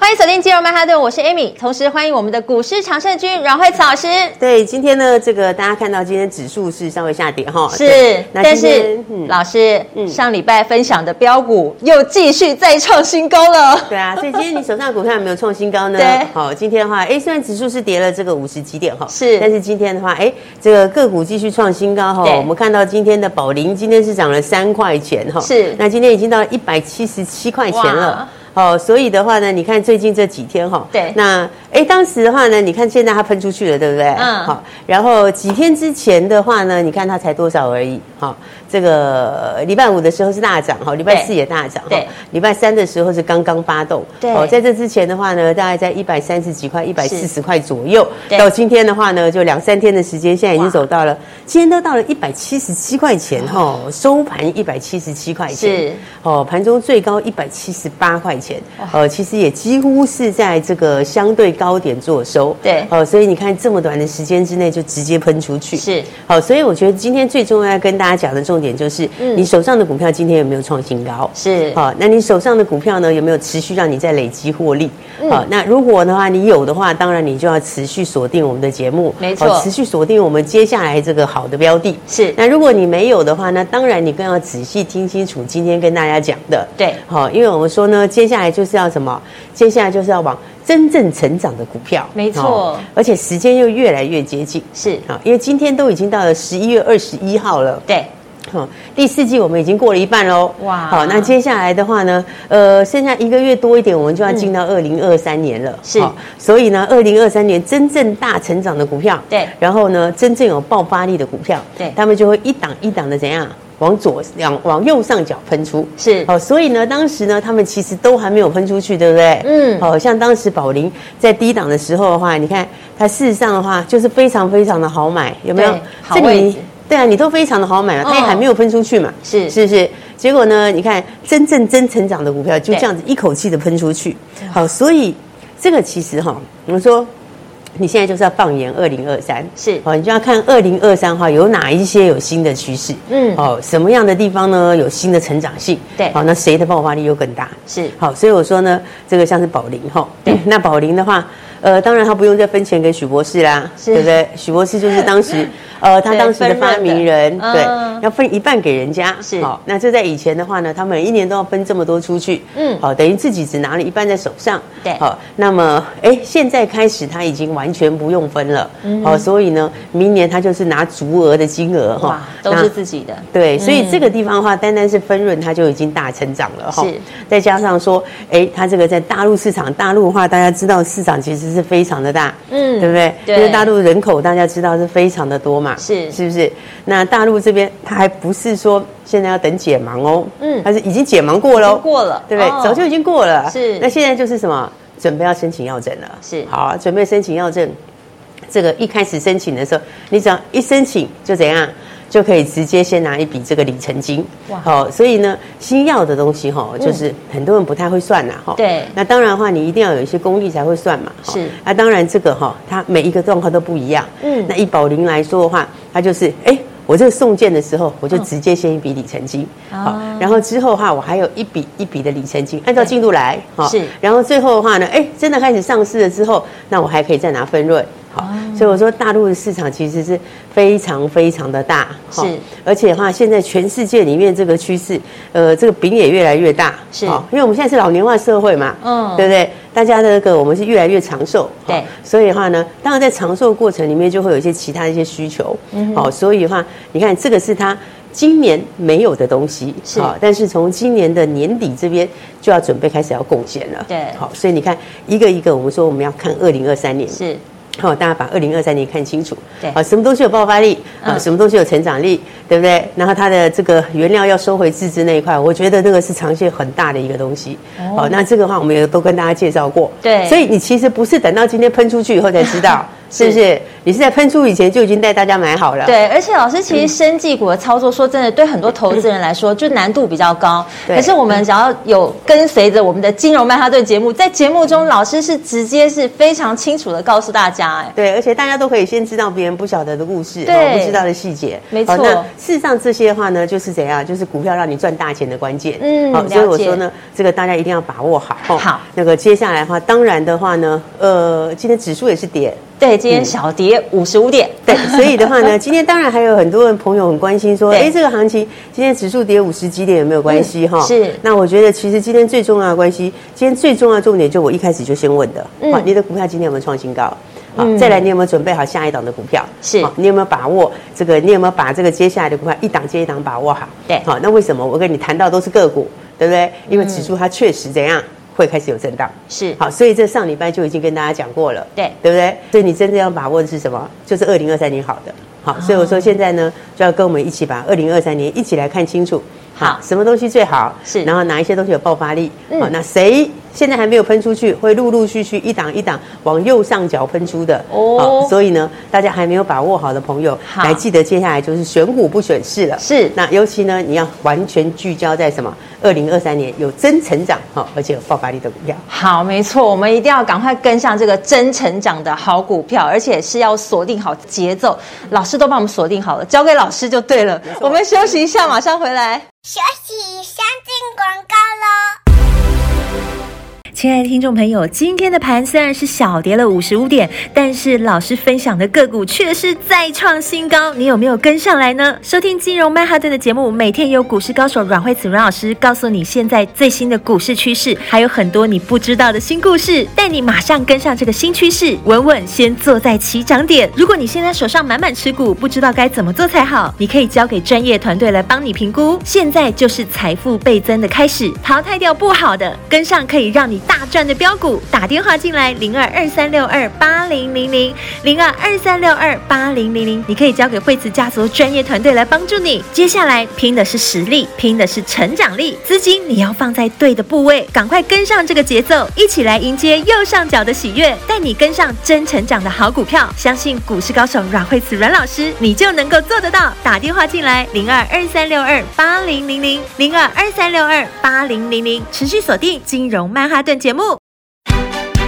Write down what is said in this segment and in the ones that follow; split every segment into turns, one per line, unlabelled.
欢迎锁定金融曼哈顿，我是 Amy，同时欢迎我们的股市常胜军阮慧慈老师。
对，今天呢，这个大家看到今天指数是稍微下跌哈，
是
对，那
但
今天
是、
嗯
老师、
嗯
上礼拜分享的标股又继续再创新高了，
对啊，所以今天你手上的股票有没有创新高呢？
对
好，今天的话，哎，虽然指数是跌了这个五十几点哈，
是
但是今天的话，哎，这个个股继续创新高哈。
对
我们看到今天的宝林今天是涨了三块钱哈，
是
那今天已经到一百七十七块钱
哇
了。哦，所以的话呢，你看最近这几天哈，
对
那哎，当时的话呢，你看现在它喷出去了，对不对？
嗯
好，然后几天之前的话呢，你看它才多少而已，好，这个呃礼拜五的时候是大涨哈，礼拜
对
四也大涨哈
对，
礼拜三的时候是刚刚发动，
对
哦，在这之前的话呢，大概在一百三十几块、一百四
是
十块左右。
对
到今天的话呢，就两三天的时间，现在已
哇
经走到了，今天都到了一百七十七块钱哈、哦，收盘一百七十七块钱，
是
哦，盘中最高一百七十八块钱，呃，其实也几乎是在这个相对高点做收，
对
哦，所以你看这么短的时间之内就直接喷出去，
是
好，所以我觉得今天最重要要跟大家讲的重点就是，
嗯
你手上的股票今天有没有创新高？
是
好，那你手上的股票呢，有没有持续让你在累积获利？
嗯
好，那如果的话，你有的话，当然你就要持续锁定我们的节目，
没错
好持续锁定我们接下来这个好的标的。
是
那如果你没有的话，那当然你更要仔细听清楚今天跟大家讲的。
对
好，因为我们说呢，接下来就是要什么？接下来就是要往真正成长的股票，
没错
好而且时间又越来越接近。
是
好，啊因为今天都已经到了十一月二十一号了。
对，
好，第四季我们已经过了一半喽。
哇
哇！好，那接下来的话呢，呃，剩下一个月多一点，我们就要进到二零二三年了。
是
好所以呢，二零二三年真正大成长的股票，
对
然后呢，真正有爆发力的股票，
对
他们就会一档一档的怎样？往左两往右上角喷出
是
好，哦所以呢，当时呢，他们其实都还没有喷出去，对不对？
嗯
好像当时宝林在低档的时候的话，你看它事实上的话就是非常非常的好买，有没有
对？好
这
位
里
置
对啊，你都非常的好买嘛，它也
嗯
还没有喷出去嘛，
是
是不是？结果呢？你看，真正真成长的股票就这样子一口气的喷出去。好，所以这个其实哈，我们说你现在就是要放眼二零二三，哦
是
好，你就要看二零二三哈有哪一些有新的趋势，
嗯
哦，什么样的地方呢有新的成长性？
对
好，那谁的爆发力又更大？
是
好，所以我说呢，这个像是宝林哈， 那宝林的话，呃，当然他不用再分钱给许博士啦，
是
对不对？许博士就是 当时，呃，他
对
当时的
分润
发
的
明人，
嗯
对，要分一半给人家，
是
好，那这在以前的话呢，他每一年都要分这么多出去，
嗯
好，等于自己只拿了一半在手上，
对
好，那么哎，现在开始他已经完全不用分了，
嗯
好，所以呢，明年他就是拿足额的金额
哇
哈，，
都
那
是自己的，
对，所以这个地方的话，单单是分润它就已经大成长了哈
是。
再加上说，哎，它这个在大陆市场，大陆的话，大家知道市场其实是非常的大，
嗯
对不对？
对
因为大陆人口大家知道是非常的多嘛，
是
是不是？那大陆这边它还不是说现在要等解盲哦，
嗯
它是已经解盲过
已
喽
经，过了
对不对
哦？
早就已经过了，
是
那现在就是什么？准备要申请药证了，
是
好啊，准备申请药证。这个一开始申请的时候，你只要一申请就怎样，就可以直接先拿一笔这个里程金。
哇嗯
好、所以呢，新药的东西哈、就是很多人不太会算呐、哈、
对
那当然的话，你一定要有一些功力才会算嘛。哈
是
那当然这个哈、它每一个状况都不一样。
嗯
那以保龄来说的话，它就是哎。我这个送件的时候，我就直接先一笔里程金，好、
嗯啊
然后之后的话，我还有一笔一笔的里程金，按照
对
进度来，哈
是
然后最后的话呢，哎，真的开始上市了之后，那我还可以再拿分润。好，
哦
所以我说大陆的市场其实是非常非常的大，好
是
而且的话，现在全世界里面这个趋势，呃，这个饼也越来越大，
是
好因为我们现在是老年化社会嘛，
嗯
对不对？大家的那个我们是越来越长寿，
对
好所以的话呢，当然在长寿过程里面就会有一些其他的一些需求，
嗯
好，所以的话，你看这个是它今年没有的东西，
是
好但是从今年的年底这边就要准备开始要贡献了，
对
好，所以你看一个一个，我们说我们要看二零二三年，
是
好，大家把二零二三年看清楚。
对
好，什么东西有爆发力啊？
嗯
什么东西有成长力，对不对？然后它的这个原料要收回自制那一块，我觉得那个是长线很大的一个东西。好，那这个话我们也都跟大家介绍过。
哦对
所以你其实不是等到今天喷出去以后才 知道，是不是？你是在喷出以前就已经带大家买好了。
对，而且老师，
嗯
其实生技股的操作，说真的，对很多投资人来说，就难度比较高。
对
可是我们只要有跟随着我们的金融曼哈顿节目，在节目
嗯
中，老师是直接是非常清楚的告诉大家，哎，
对，而且大家都可以先知道别人不晓得的故事，
对
哦不知道的细节。
没错
好那事实上这些的话呢，就是怎样，就是股票让你赚大钱的关键。
嗯
好，所以
了
我
解
说呢，这个大家一定要把握好。哦
好，
那个接下来的话，当然的话呢，呃，今天指数也是跌，
对，今天小跌五十五点，
嗯对，所以的话 呢，今天当然还有很多人朋友很关心说，
对
哎，这个行情今天指数跌五十几点有没有关系
嗯
哈、
是
那我觉得其实今天最重要的关系，今天最重要的重点就我一开始就先问的，
嗯
好你的股票今天有没有创新高？好
嗯，
再来你有没有准备好下一档的股票？
是
好你有没有把握这个？你有没有把这个接下来的股票一档接一档把握好？
对
好，那为什么我跟你谈到都是个股，对不对？因为指数它确实怎样会开始有震荡。
是
好，所以这上礼拜就已经跟大家讲过了，
对
对不对？所以你真正要把握的是什么？就是二零二三年好的，好，所以我
哦
说现在呢，就要跟我们一起把二零二三年一起来看清楚，
好
什么东西最好？
是
然后哪一些东西有爆发力？
嗯
好，那谁现在还没有喷出去，会陆陆续续一档一档往右上角喷出的
哦
好所以呢，大家还没有把握好的朋友，
好
来记得接下来就是选股不选市了，
是
那尤其呢，你要完全聚焦在什么？二零二三年有真成长哈，好而且有爆发力的股票。
好，没错，我们一定要赶快跟上这个真成长的好股票，而且是要锁定好节奏。老师都帮我们锁定好了，交给老师就对了。我们休息一下，马上回来。
休息，上进广告喽。
亲爱的听众朋友，今天的盘虽然是小跌了五十五点，但是老师分享的个股却是再创新高，你有没有跟上来呢？收听金融曼哈顿的节目，每天有股市高手阮慧慈阮老师告诉你现在最新的股市趋势，还有很多你不知道的新故事，带你马上跟上这个新趋势，稳稳先坐在起涨点。如果你现在手上满满持股，不知道该怎么做才好，你可以交给专业团队来帮你评估。现在就是财富倍增的开始，淘汰掉不好的，跟上可以让你大赚的标股。打电话进来零二二三六二八零零零零二二三六二八零零零，你可以交给惠慈家族专业团队来帮助你。接下来拼的是实力，拼的是成长力，资金你要放在对的部位，赶快跟上这个节奏，一起来迎接右上角的喜悦，带你跟上真成长的好股票。相信股市高手阮惠慈阮老师，你就能够做得到。打电话进来零二二三六二八零零零零二二三六二八零零零，持续锁定金融曼哈顿节目。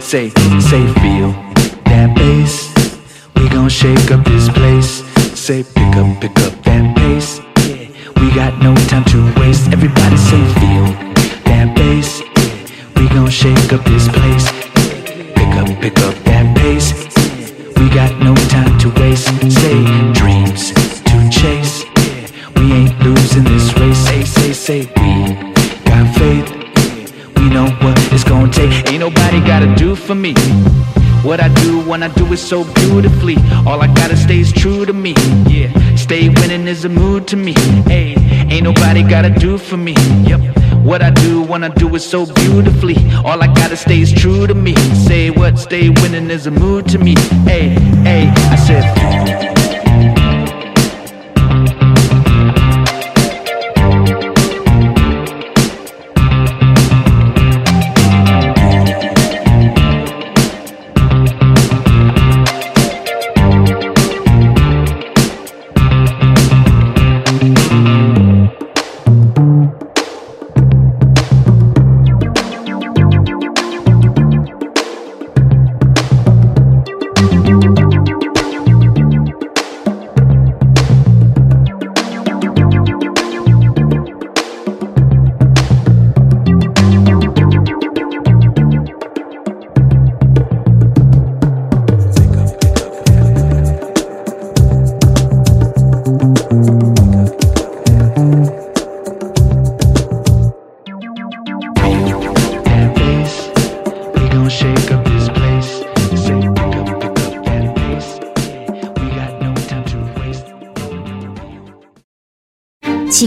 Say, say, feel that bass. We gon' shake up this place. Say, pick up, pick up that pace. Yeah, we got no time to waste. Everybody say, feel that bass. Yeah, we gon' shake up this place. Pick up, pick up that pace. We got no time to waste. Say, dreams to chase. Yeah, we ain't losing this race. Say, say, say, we got faith. We know what it's gonna take. Ain't nobody gotta do for me. What I do when I do it so beautifully. All I gotta stay is true to me. Yeah, stay winning is a mood to me. Ayy, ain't nobody gotta do for me. Yep. What I do when I do it so beautifully. All I gotta stay is true to me. Say what stay winning is a mood to me. Ayy, ayy, I said.
奇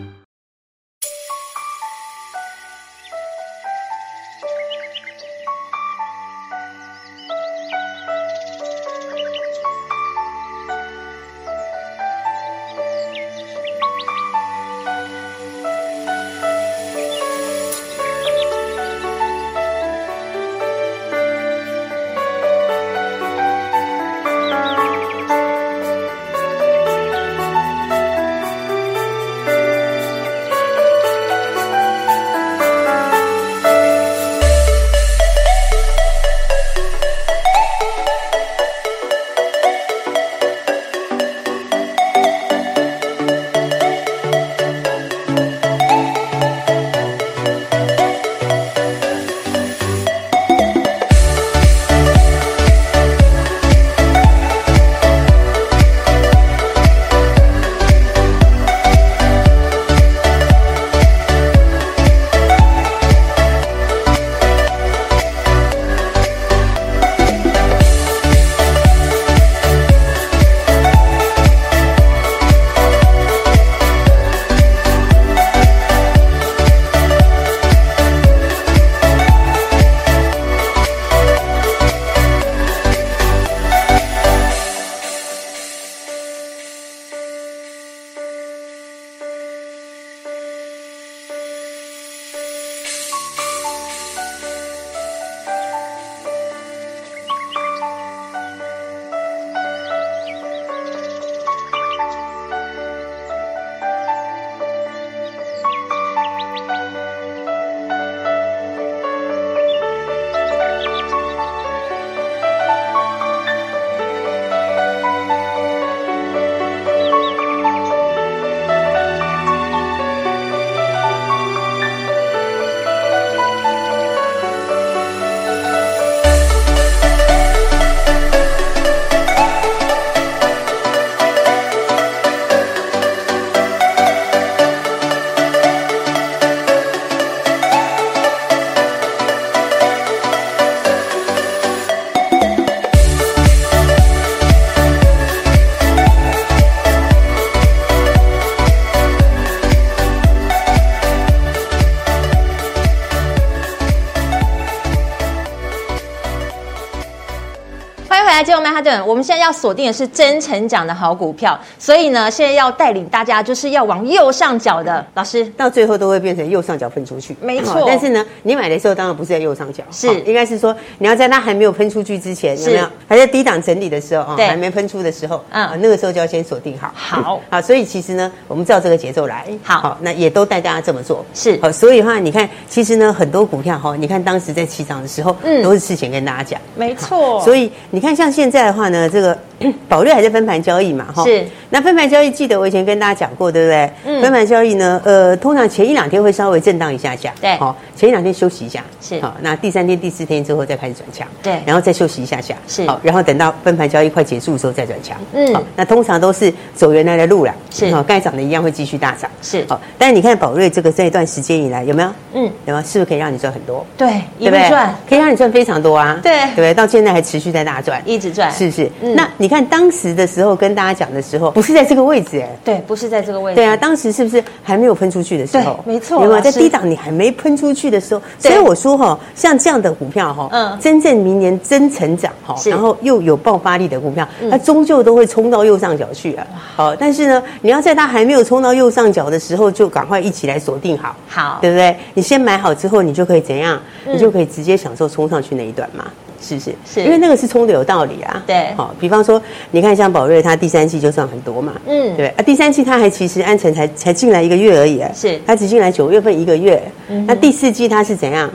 欢迎回来，金融曼哈顿。我们现在要锁定的是真成长的好股票，所以呢，现在要带领大家就是要往右上角
嗯
的老师。
到最后都会变成右上角喷出去，
没错
好但是呢，你买的时候当然不是在右上角，
是
好应该是说你要在它还没有喷出去之前，
是
有没有还在低档整理的时候啊，
对
还没喷出的时候，
嗯
啊，那个时候就要先锁定好。嗯
好
好，所以其实呢，我们照这个节奏来，
好
那也都带大家这么做，
是
好，所以的话，你看，其实呢，很多股票哈，你看当时在起涨的时候，
嗯
嗯，都是事前跟大家讲，
没错
所以你看，像现在的话呢，这个 宝瑞还在分盘交易嘛，
是
那分盘交易，记得我以前跟大家讲过，对不对？
嗯
分盘交易呢，呃，通常前一两天会稍微震荡一下下，
对
好、前一两天休息一下，
是
好、那第三天、第四天之后再开始转强，
对
然后再休息一下下，
是
好、然后等到分盘交易快结束的时候再转强，
嗯
好那通常都是走原来的路啦，
是
好、该涨的一样会继续大涨，
是
好、但是你看宝瑞这个这一段时间以来有没有？
嗯
有没有？是不是可以让你赚很多？
对，一
对
路
不对
赚，
可以让你赚非常多啊，
对
对不对？到现在还持续在大赚，
一直赚，
是不是？
嗯
那你看当时的时候跟大家讲的时候，不是在这个位置哎。
对，不是在这个位置。
对啊，当时是不是还没有喷出去的时候？
对没错
有没有
老师
在低档你还没喷出去的时候？
对
所以我说哈，像这样的股票哈，
嗯
真正明年真成长哈，
是嗯
然后又有爆发力的股票，它终究都会冲到右上角去啊。好，但是呢，你要在它还没有冲到右上角的时候，就赶快一起来锁定好。
好
对不对？你先买好之后，你就可以怎样？
嗯
你就可以直接享受冲上去那一段嘛。是不是？
是
因为那个是冲的有道理啊。
对
好，比方说，你看像宝瑞，它第三季就赚很多嘛。
嗯
对啊，第三季它还其实安诚才才进来一个月而已，
是嗯
它只进来九月份一个月，那第四季它是怎样？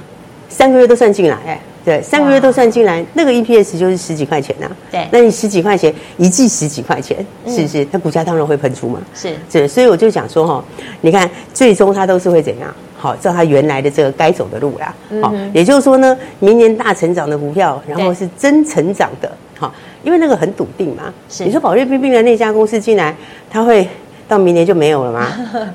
三个月都算进来，哎，对，三个月都算进来，那个 EPS 就是十几块钱呐、
对嗯
那你十几块钱一季十几块钱，是不是？那股价当然会喷出嘛。
是
是，所以我就讲说哈，你看最终它都是会怎样？好，照它原来的这个该走的路啦。
嗯
好、也就是说呢，明年大成长的股票，然后
对
是真成长的，好，因为那个很笃定嘛。
是
你说宝瑞冰冰的那家公司进来，它会到明年就没有 了吗？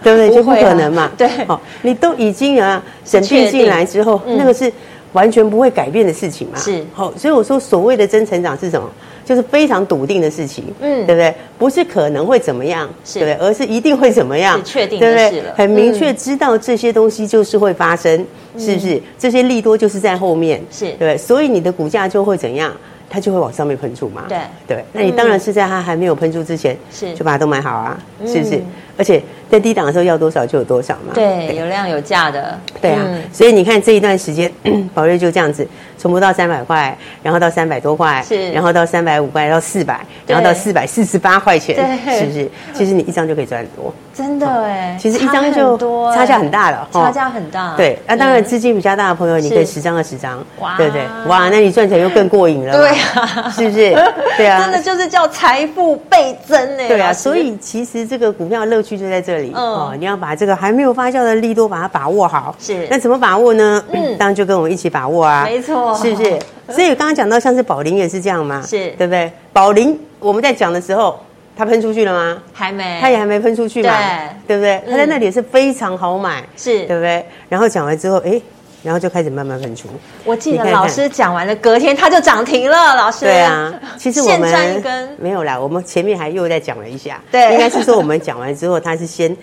对不对？就
不
不
会啊
可能嘛。
对
好，你都已经啊审
确
定
定
进来之后，
嗯
那个是完全不会改变的事情嘛。
是
好，所以我说所谓的真成长是什么？就是非常笃定的事情，
嗯
嗯，对不对？不是可能会怎么样，
是
对不对？而是一定会怎么样，
是确定的
对不
事
对
了？
很明确知道这些东西就是会发生，是不是？这些利多就是在后面，
嗯是
对不对，所以你的股价就会怎样？它就会往上面喷出嘛，
对嗯
对不对，那你当然是在它还没有喷出之前，
是
就把它都买好啊，是不是
嗯？
而且在低档的时候要多少就有多少嘛，
对，有量有价的。
对啊，
嗯
所以你看这一段时间， 宝瑞就这样子，从不到三百块，然后到三百多块，
是
然后到三百五块，到四百，
对
然后到四百四十八块钱，
对
是 不是？其实你一张就可以赚很多，
真的哎，
其实一
差
张
很
就
多哎
差价很大了，哦
差价很大。
对，那当然
嗯
资金比较大的朋友，你可以
是
十张二十张
哇，
对不对？哇，那你赚起来就更过瘾了嘛，
对啊，
是不 是？对啊，
真的就是叫财富倍增哎。
对啊，
老师
所以其实这个股票乐趣就在这里、
嗯
哦。你要把这个还没有发酵的利多把它把握好。
是
那怎么把握呢？
嗯
当然就跟我们一起把握啊。
没错
是不是？所以刚刚讲到像是宝林也是这样嘛，
哦是
对不对？宝林我们在讲的时候，它喷出去了吗？
还没，
它也还没喷出去嘛，
哎对
对不对？
嗯
它在那里也是非常好买，
是
对不对？然后讲完之后，哎，然后就开始慢慢喷出。
我记
你
得
看看
老师讲完了，隔天它就涨停了。老师，
对啊，其实我
现赚一
们
根，
没有啦，我们前面还又再讲了一下，
对
应该是说我们讲完之后，它 是先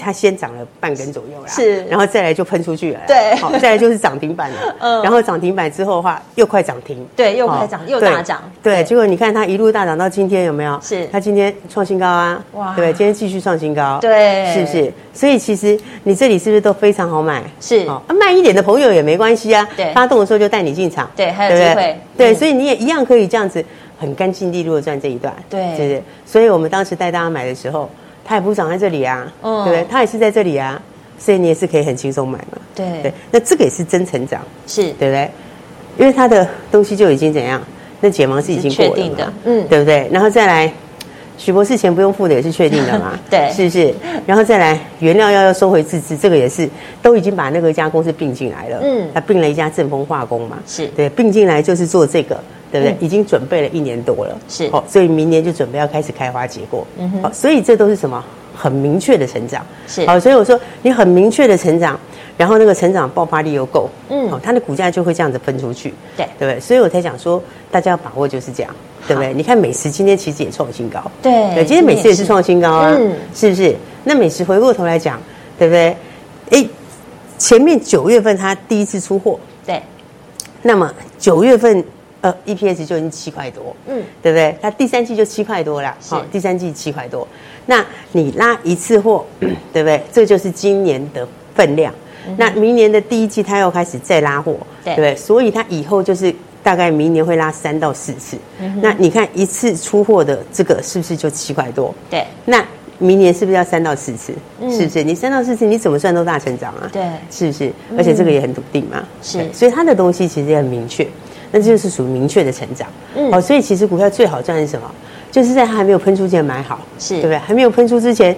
它先涨了半根左右啦，
是
然后再来就喷出去了啦，
对
好，再来就是涨停板了，
嗯
然后涨停板之后的话又快涨停，
对，又
哦
快涨，又大涨，
对，对结果你看它一路大涨到今天有没有？
是
它今天创新高啊，
哇
对不对，今天继续创新高，
对
是不是？所以其实你这里是不是都非常好买？
是
哦啊慢一点的朋友也没关系啊，
对
发动的时候就带你进场，
对还有
对不
机会
对，
嗯
所以你也一样可以这样子很干净利落的赚这一段，
对
是不是？所以我们当时带大家买的时候，它也不涨在这里啊，
嗯
对不对？它也是在这里啊，所以你也是可以很轻松买嘛，
对
对，那这个也是真成长，
是
对不对？因为它的东西就已经怎样，那解盲是已经过了嘛
是确定的嗯，
对不对？然后再来，许博士钱不用付的也是确定的嘛
对
是不是？然后再来，原料要要收回自制，这个也是都已经把那个一家公司并进来了，
嗯
它并了一家正丰化工嘛，
是嗯
对，并进来就是做这个。对不对？已经准备了一年多了，
是
哦，所以明年就准备要开始开花结果，嗯哼，所以这都是什么很明确的成长，
是
好，所以我说你很明确的成长，然后那个成长爆发力又够，
嗯
嗯，它的股价就会这样子喷出去，
对
对不对？所以我才讲说，大家要把握就是这样，对不对？你看美食今天其实也创新高，
对
今天美食也是创新高啊，
嗯
是不是？那美食回过头来讲，对不对？哎，前面九月份它第一次出货，
对，
那么九月份呃 EPS 就已经七块多，
嗯
嗯，对不对？它第三季就七块多啦，
是
好、第三季七块多。那你拉一次货，对不对？这就是今年的分量。那明年的第一季它又开始再拉货，
对
对不对？所以它以后就是大概明年会拉三到四次。那你看一次出货的这个是不是就七块多？
对，
那明年是不是要三到四次？是不是？你三到四次，你怎么算都大成长啊？
对
是不是？而且这个也很笃定嘛。
嗯是
对所以它的东西其实也很明确，那就是属于明确的成长。
嗯
好，所以其实股票最好赚的是什么？就是在它还没有喷出之前买好，
是
对不对？还没有喷出之前。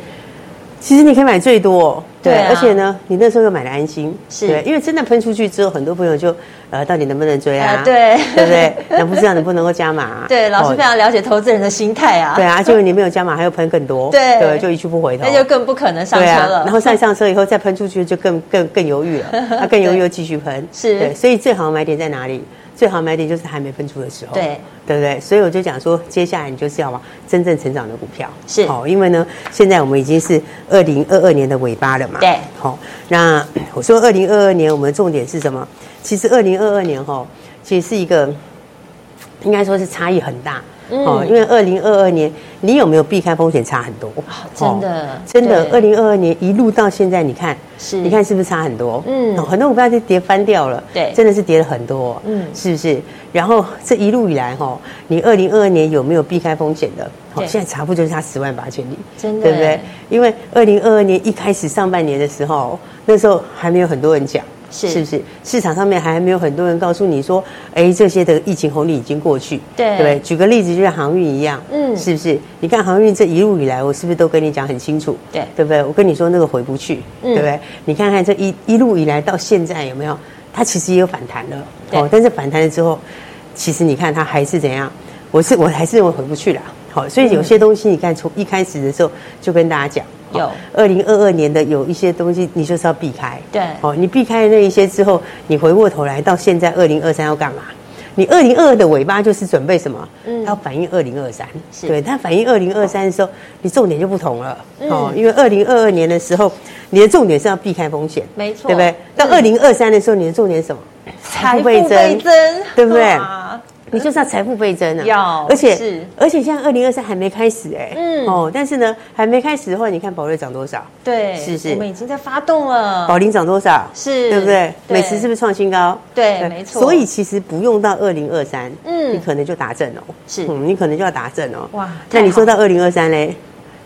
其实你可以买最多、
对啊
而且呢，你那时候又买的安心，
是
对，因为真的喷出去之后，很多朋友就，呃，到底能不能追啊？
啊对
对不对？那不知道能不能够加码啊、
对，老师
哦
非常了解投资人的心态啊，
对，啊，结果你没有加码，还要喷更多，
对
就一去不回头，
那就更不可能上车
对啊
了。
然后再上车以 后再喷出去，就更更更犹豫了，那更犹豫又继续喷，
是
对，所以最好的买点在哪里？最好买点就是还没喷出的时候，
对
对不对？所以我就讲说，接下来你就是要往真正成长的股票
是
好、因为呢，现在我们已经是二零二二年的尾巴了嘛，
对
好、那我说二零二二年我们的重点是什么？其实二零二二年哈、其实是一个应该说是差异很大。
嗯
哦，因为二零二二年，你有没有避开风险差很多？
哦真的
哦真的，
嗯对
二零二二年一路到现在，你看，
是
你看是不是差很多？
嗯
哦很多股票就跌翻掉了，
对
真的是跌了很多，
嗯
是不是？然后这一路以来，哈，你二零二二年有没有避开风险的？好
对
现在查不就是差十万八千里，
真的
对不对
耶？
因为二零二二年一开始上半年的时候，那时候还没有很多人讲，
是
不是？市场上面还没有很多人告诉你说，哎，这些的疫情红利已经过去，
对
对不对？举个例子，就像航运一样，
嗯
是不是？你看航运这一路以来，我是不是都跟你讲很清楚？
对
对不对？我跟你说那个回不去，
嗯
对不对？你看看这一一路以来到现在有没有？它其实也有反弹了，哦
对
但是反弹了之后，其实你看它还是怎样？我是我还是认为回不去啦。好，所以有些东西你看从一开始的时候就跟大家讲，哦
有
二零二二年的有一些东西你就是要避开，
对
哦，你避开那一些之后，你回过头来到现在二零二三要干嘛？你二零二的尾巴就是准备什么？
嗯
它要反映二零二三，
是
对，它反映二零二三的时候，你重点就不同了，
嗯
哦，因为二零二二年的时候，你的重点是要避开风险，
没错嗯
对不对？到二零二三的时候，你的重点是什么？
财富倍增，
对不对
哇
你就是要财富倍增啊！
要
而且
是
而且现在二零二三还没开始哎、
嗯
哦，但是呢，还没开始的话，你看宝瑞涨多少，
对，
是不是
我们已经在发动了，
宝林涨多少，
嗯是
对不对？
对
美食是不是创新高？
对没错
所以其实不用到二零二三，
嗯
嗯，你可能就达阵哦，
是
你可能就要达阵哦。
哇
那你
太好
说到二零二三嘞？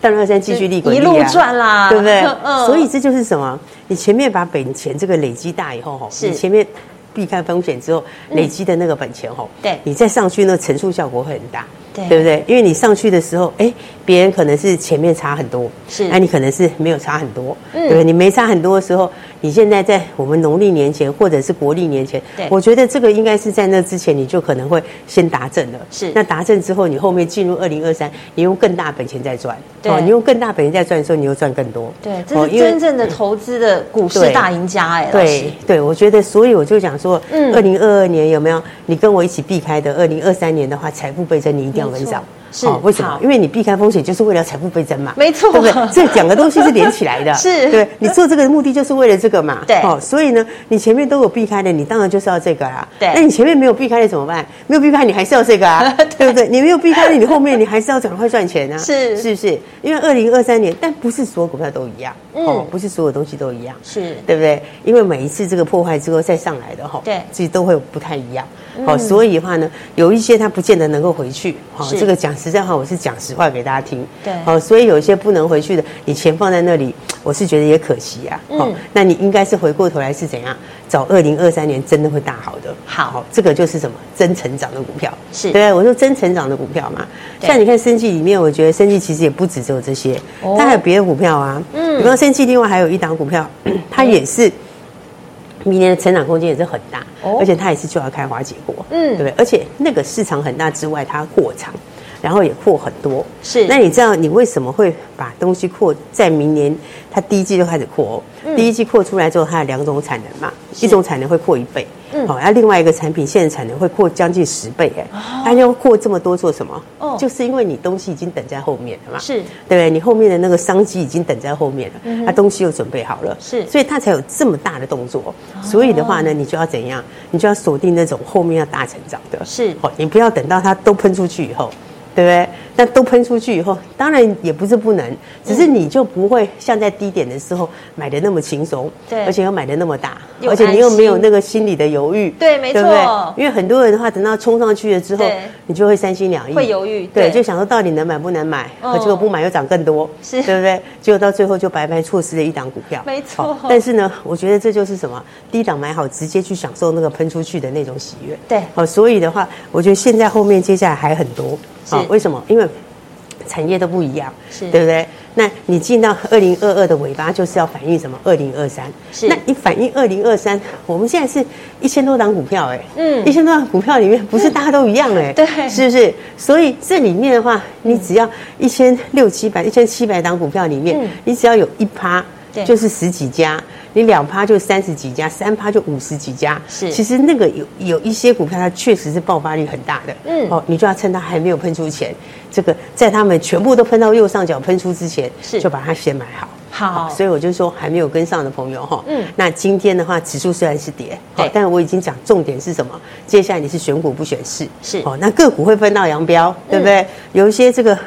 到二三继续利滚利、啊、
一路赚啦
对不对？
嗯
所以这就是什么？你前面把本钱这个累积大以后吼，
是嗯
你前面避开风险之后累积的那个本钱吼，
对
你再上去那乘数效果会很大，
对
对不对？因为你上去的时候，哎，别人可能是前面差很多，
是
那你可能是没有差很多，
嗯
对不对？你没差很多的时候，你现在在我们农历年前或者是国历年前
对，
我觉得这个应该是在那之前你就可能会先达阵了，
是
那达阵之后，你后面进入二零二三，你用更大本钱再赚，
对
哦你用更大本钱再赚的时候，你又赚更多，
对，
哦
这是
因为
真正的投资的股市
对
大赢家哎，老师
对，对，我觉得，所以我就讲说，
嗯
嗯，二零二二年有没有你跟我一起避开的？二零二三年的话，财富倍增，你一定要跟上
没。
哦
错是
为什么
好？
因为你避开风险就是为了财富倍增嘛，
没错
对不对？这两个东西是连起来的，
是
对你做这个的目的就是为了这个嘛， 哦
对
所以呢，你前面都有避开的，你当然就是要这个啦，
对
那你前面没有避开的怎么办？没有避开，你还是要这 个啊，对不对？你没有避开的，你后面你还是要赶快赚钱啊，
是
是不是？因为二零二三年，但不是所有股票都一样，
嗯
哦，不是所有东西都一样，
是
对不对？因为每一次这个破坏之后再上来的哈，
对嗯
其实都会不太一样。好、所以的话呢，有一些它不见得能够回去。好、
是
这个讲实在话，我是讲实话给大家听。
对
好、所以有一些不能回去的，你钱放在那里，我是觉得也可惜啊。好、
嗯
那你应该是回过头来是怎样找二零二三年真的会大好的。
好
这个就是什么真成长的股票。
是
对，我说真成长的股票嘛。
对
像你看生技里面，我觉得生技其实也不止只有这些，
哦
它还有别的股票啊。
嗯
嗯，比方生技，另外还有一档股票，它也是明年的成长空间也是很大，
哦
而且它也是就要开花结果，
嗯
嗯，对不对？而且那个市场很大之外，它扩场，然后也扩很多。
是
那你知道你为什么会把东西扩在明年？它第一季就开始扩哦，
嗯
第一季扩出来之后，它有两种产能嘛，一种产能会扩一倍，
嗯
好、那另外一个产品现在产能会扩将近十倍，哎、它要扩这么多做什么？
啊哦
就是因为你东西已经等在后面了嘛，
是嗯
对不对？你后面的那个商机已经等在后面了，那、东西又准备好了，
是哦
所以它才有这么大的动作。所以的话呢，你就要怎样？你就要锁定那种后面要大成长的，
是
好，你不要等到它都喷出去以后。对不对？那都喷出去以后，当然也不是不能，只
嗯
是你就不会像在低点的时候买的那么轻松，
对
而且又买的那么大，
又
而且你又
安心
没有那个心理的犹豫，
对没
不对
错
因为很多人的话，等到冲上去了之后
对，
你就会三心两意，
会犹豫
对，
对
就想说到底能买不能买，
嗯
结果不买又涨更多，
是
对不对？结果到最后就白白错失了一档股票，哦
没错
好但是呢，我觉得这就是什么，低档买好，直接去享受那个喷出去的那种喜悦，
对
好，哦所以的话，我觉得现在后面接下来还很多，啊
是
为什么？因为产业都不一样，
是
对不对？那你进到二零二二的尾巴，就是要反映什么？二零二三。
是
那你反映二零二三，我们现在是一千多档股票、哎，
嗯
一千多档股票里面不是大家都一样、哎、
对
是不是？所以这里面的话，你只要一千六七百、一千七百档股票里面，
嗯
你只要有一趴。
对
就是十几家，你两趴就三十几家，三趴就五十几家。
是
其实那个有有一些股票，它确实是爆发力很大的。
嗯
哦，你就要趁它还没有喷出前，这个在他们全部都喷到右上角喷出之前，
是
就把它先买好。
好
所以我就说还没有跟上的朋友哈，
嗯
那今天的话指数虽然是跌，
对
好，但我已经讲重点是什么，接下来你是选股不选市，
是嗯
哦，那个股会分道扬镳，对不对？有一些这个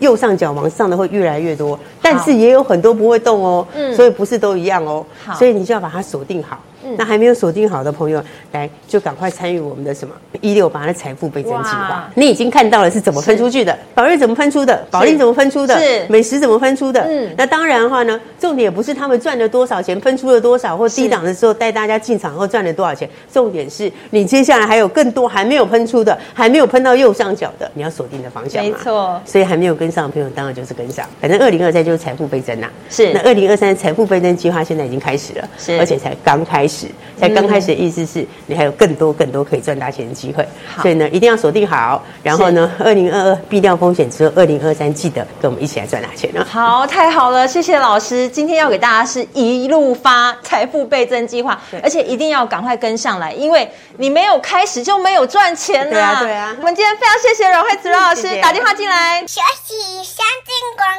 右上角往上的会越来越多，但是也有很多不会动哦，
嗯
所以不是都一样哦
好，嗯
所以你就要把它锁定好。那还没有锁定好的朋友，来就赶快参与我们的什么一六八的财富倍增计
哇
划。你已经看到了是怎么分出去的，宝瑞怎么分出的，宝
是
利怎么分出的，
是
美食怎么分出的。
嗯
嗯，那当然的话呢，重点不是他们赚了多少钱，分出了多少，或低档的时候带大家进场后赚了多少钱，重点是你接下来还有更多还没有喷出的，还没有喷到右上角的，你要锁定的方向嘛。
没错
所以还没有跟上的朋友，当然就是跟上。反正二零二三就是财富倍增啦、
是
那二零二三财富倍增计划现在已经开始了，
是嗯
而且才刚开始，才刚开始的意思是你还有更多更多可以赚大钱的机会。
好
所以呢，一定要锁定好，然后呢，二零二二避掉风险之后，二零二三记得跟我们一起来赚大钱啊！
好，太好了，谢谢老师。今天要给大家是一路发财富倍增计划，而且一定要赶快跟上来，因为你没有开始就没有赚钱呐。
对啊对啊
我们今天非常谢谢阮慧子阮老师
谢谢
打电话进来。
休息一下，进广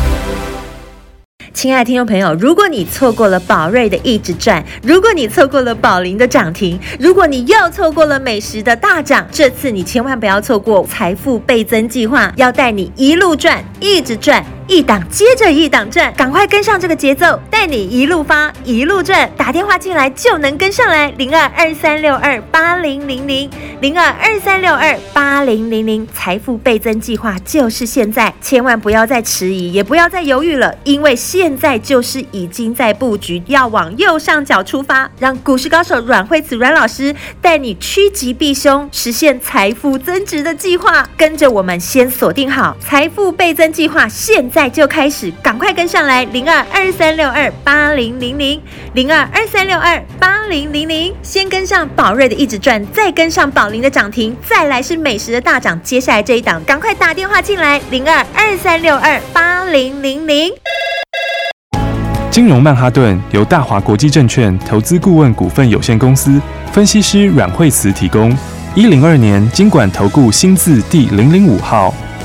告喽。
亲爱的听众朋友，如果你错过了宝瑞的一直赚，如果你错过了宝林的涨停，如果你又错过了美食的大涨，这次你千万不要错过财富倍增计划，要带你一路赚，一直赚。一档接着一档赚，赶快跟上这个节奏，带你一路发一路赚。打电话进来就能跟上来，零二二三六二八零零零，零二二三六二八零零零。财富倍增计划就是现在，千万不要再迟疑，也不要再犹豫了，因为现在就是已经在布局，要往右上角出发，让股市高手阮慧慈阮老师带你趋吉避凶，实现财富增值的计划。跟着我们先锁定好财富倍增计划，现在就开始，赶快跟上来，零二二三六二八零零零。零二二三六二八零零零，先跟上宝瑞的一直赚，再跟上宝林的涨停，再来是美食的大涨，接下来这一档赶快打电话进来，零二二三六二八零零零。
金融曼哈顿由大华国际证券投资顾问股份有限公司分析师阮惠慈提供。一零二年经管投顾新字第零零五号。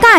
大